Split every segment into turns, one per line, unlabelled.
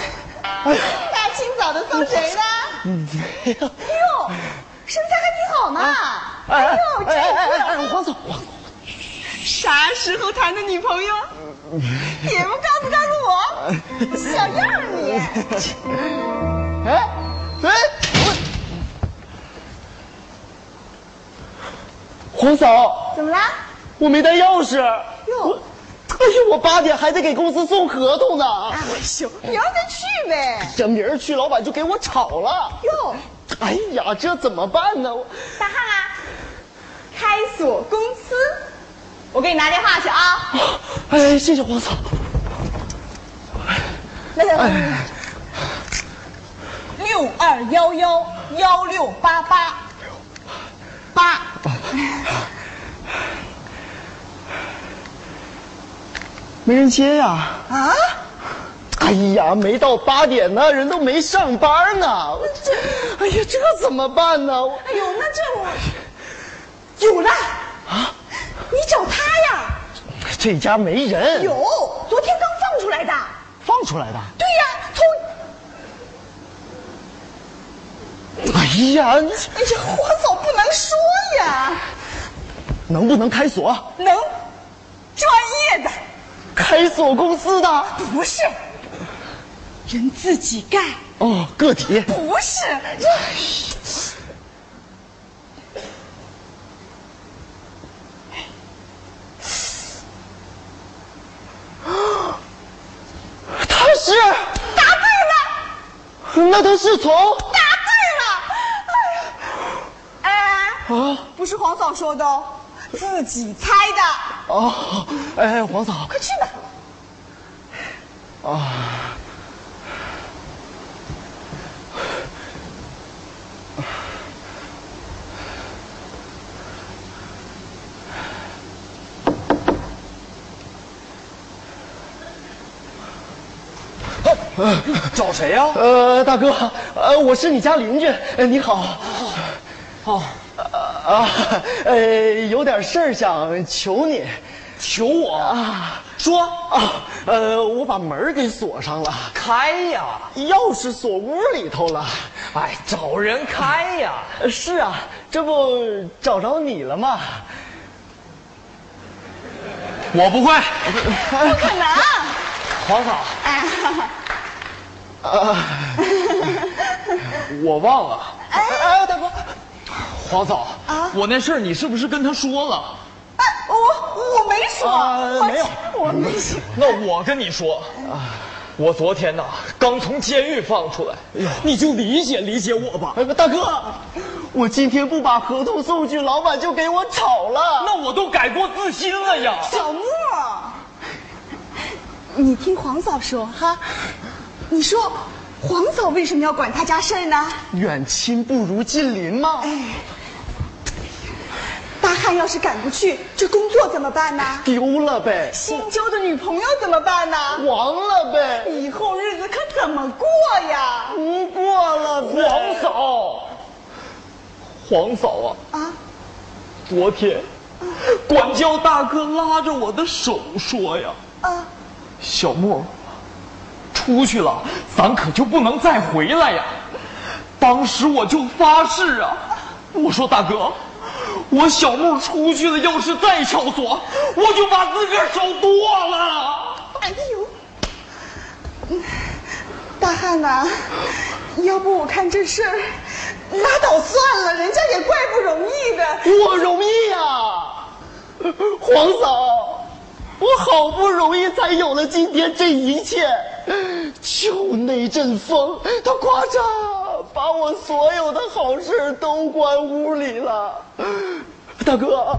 哎呀，哎 大清早的送谁呢？嗯，哎呦，哎呦，身材还挺好呢。哎呦，真
哎
是！
黄总，黄总，
啥时候谈的女朋友？也不告诉告诉我，小样儿你！
哎，哎，我，黄嫂，
怎么啦？
我没带钥匙。
哟
我，哎呦，我八点还得给公司送合同呢。
哎呦，你要再去呗。
这明儿去，老板就给我炒了。
哟，
哎呀，这怎么办呢？我
大汉啊，开锁公司，我给你拿电话去啊。
哎，谢谢黄嫂。
来来来，六二幺幺幺六八八八。
没人接呀、
啊？
哎呀，没到八点呢，人都没上班呢。我这，哎呀，这怎么办呢？我
哎呦，那这我有了啊！你找他呀？
这家没人，
有，昨天刚放出来的。
放出来的。
对呀、偷。
哎呀，你
哎呀，我嫂不能说呀，
能不能开锁？
能专业的
开锁公司的
不是人自己干，
哦，个体。
不是。
他是，
答对了，
那他是从
答对了。哎呀，哎，
啊
不是黄嫂说的哦，自己猜的。
哦，哎，黄嫂
快去吧。
啊，
找谁啊呀、
呃，大哥，呃，我是你家邻居，呃，你好。
哦，
啊，呃，有点事儿想求你
求我
啊
说
啊，呃，我把门儿给锁上了，
开呀、
钥匙锁屋里头了。
哎，找人开呀、
呃是啊，这不找着你了吗？
我不会，
不可能。
黄嫂，
哎，
我忘了。
哎哎，大哥，
黄嫂，
啊
我那事儿你是不是跟他说了？
哎我我没说，
啊
我
没有
我没 说。
那我跟你说，我昨天呐、刚从监狱放出来，哎你就理解理解我吧。
哎大哥，我今天不把合同送去，老板就给我炒了。
那我都改过自新了呀。
小莫，你听黄嫂说哈，你说黄嫂为什么要管他家事儿呢？哎
远亲不如近邻嘛，
大汉要是赶不去，这工作怎么办呢？
丢了呗，
新交的女朋友怎么办呢？
黄了呗，
以后日子可怎么过呀？
不过了呗。
黄嫂，黄嫂啊，
啊，
昨天管教大哥拉着我的手说呀。
啊，
小莫，出去了，咱可就不能再回来呀！当时我就发誓啊，我说大哥，我小莫出去了，要是再撬锁，我就把自个儿手剁了。
哎呦，大汉呐、要不我看这事儿拉倒算了，人家也怪不容易的。
我容易呀、黄嫂，我好不容易才有了今天这一切，就那阵风，它刮嚓把我所有的好事都关屋里了。大哥，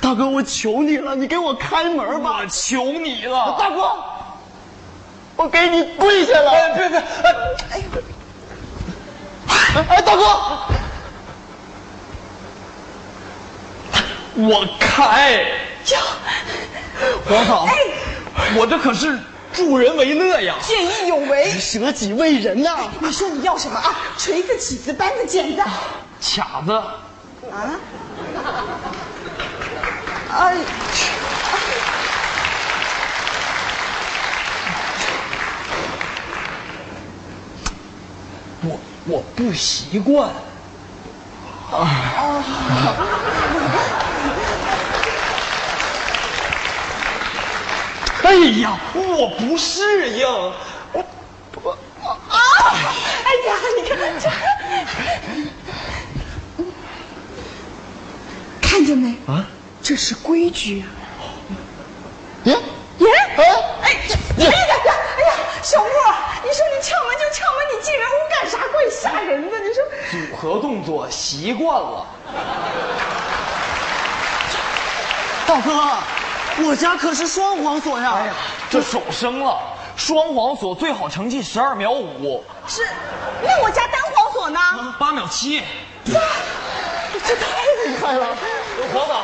大哥，我求你了，你给我开门吧，
我求你了，
大哥，我给你跪下
哎，
了。
别别，哎
哎哎，大哥，
我开，
哟，哎
黄嫂，我这可是助人为乐呀。
见义勇为。
舍己为人呐、
你说你要什么啊？锤子、起子、扳子、剪子啊？
卡子，
哎，
我不习惯。哎呀，我不适应，我
哎呀，你看这，看见没？
啊，
这是规矩啊！
耶
耶，
哎，
哎，这哎呀呀，哎呀，小莫，你说你敲门就敲门，你进人屋干啥？怪吓人的，你说。
组合动作习惯了。
大哥，我家可是双簧锁呀！
哎呀，这手生了，双簧锁最好成绩十二秒五，
是，那我家单簧锁呢？
八秒七。
这太厉害了！
黄总，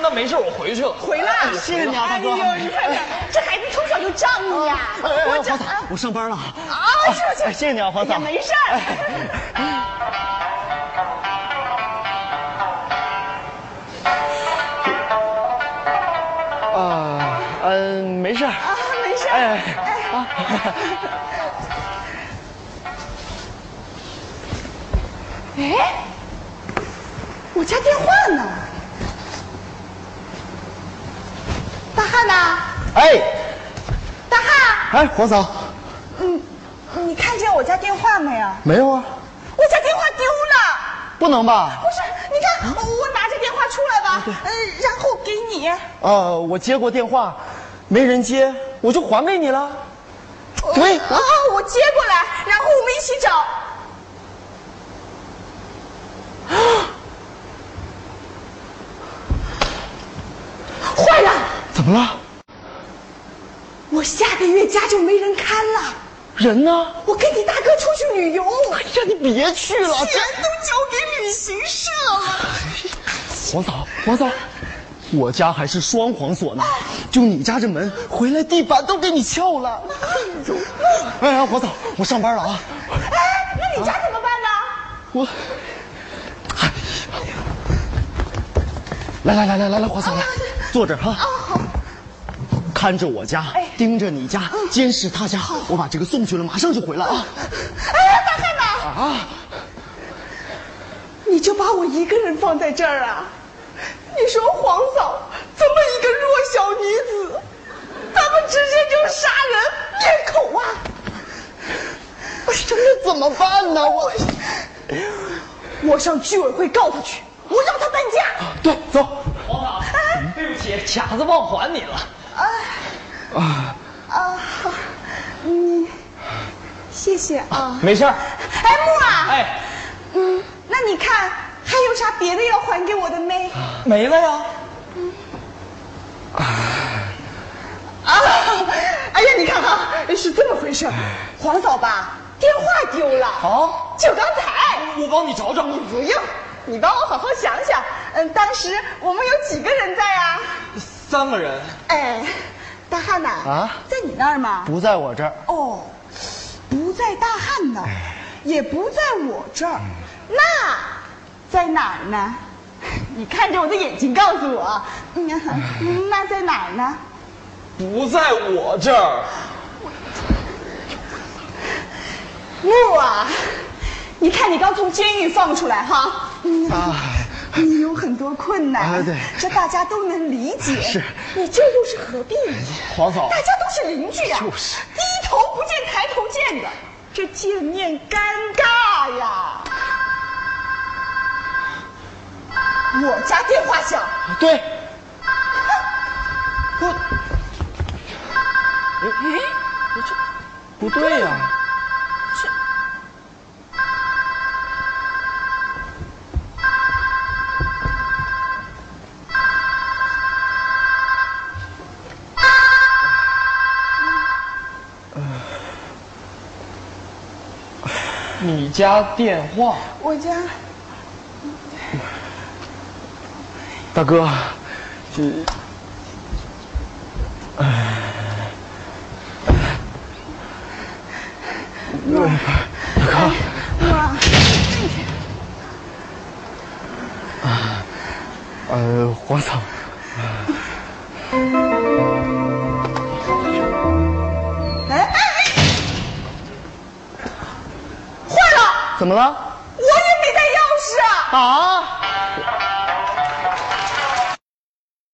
那没事，我啊回去了。
回来，
谢谢你啊大哥
哎呦，你看看 这孩子从小就仗义呀！
哎哎，
我
黄
这
嫂，我上班了。
啊，是
哎，
是
谢谢你啊，黄
也
嫂。哎
没事儿。
啊，嗯，没事儿。
啊，没事。哎，啊，哎，我家电话呢？大汉呐，
哎，
大汉，
哎，黄嫂，
嗯，你看见我家电话没有？
没有啊？
我家电话丢了。
不能吧？
不是，你看，我拿着电话出来吧，呃，然后给你。
呃，我接过电话，没人接，我就还给你了。对，
啊，我接过来，然后我们一起找。啊坏了，
怎么了？
我下个月家就没人看了。
人呢？
我跟你大哥出去旅游，
哎呀，你别去了，
钱都交给旅行社了。
黄嫂，黄嫂，我家还是双簧锁呢，就你家这门，回来地板都给你撬了。哎呀，黄嫂，我上班了啊，
哎，那你家怎么办呢？
我。来来来来来来，黄嫂来，坐这儿哈。看着我家，盯着你家，监视他家。我把这个送去了，马上就回来啊。
哎，大汉呐！啊，你就把我一个人放在这儿啊？你说黄嫂这么一个弱小女子，咱们直接就杀人灭口啊！
哎呀，那怎么办呢？我，
我上居委会告他去，我要他搬家。
对，走。
黄啊总，嗯对不起，卡子忘还你了。
啊，好，你谢谢啊。
没事儿。
哎，木啊，
哎，
嗯，那你看还有啥别的要还给我的没？
没了呀。
啊！哎呀，你看哈，是这么回事儿，
哎
黄嫂吧，电话丢了，
啊，
就刚才，
我帮你找找。
不用，你帮我好好想想，嗯，当时我们有几个人在啊？
三个人，
哎，大汉呐，
啊
在你那儿吗？
不在我这儿，
哦，不在大汉那儿，
哎
也不在我这
嗯
儿，那在哪儿呢？ 你看着我的眼睛告诉我，
哎
嗯，那在哪儿呢？
不在我这儿。
木啊，你看你刚从监狱放出来哈，嗯，
哎
你有很多困难，
啊对
这大家都能理解。
是，哎
你这又是何必呢？
黄嫂
大家都是邻居呀、啊
就是
低头不见抬头见的，这见面尴尬呀。我家电话响，
对，不，哎，不对呀、
你家电话，
我家
大哥，这，哎哎
哇，
哎呃，黄嫂，
哎哎哎，坏了，
怎么了？
我也没带钥匙啊。
啊！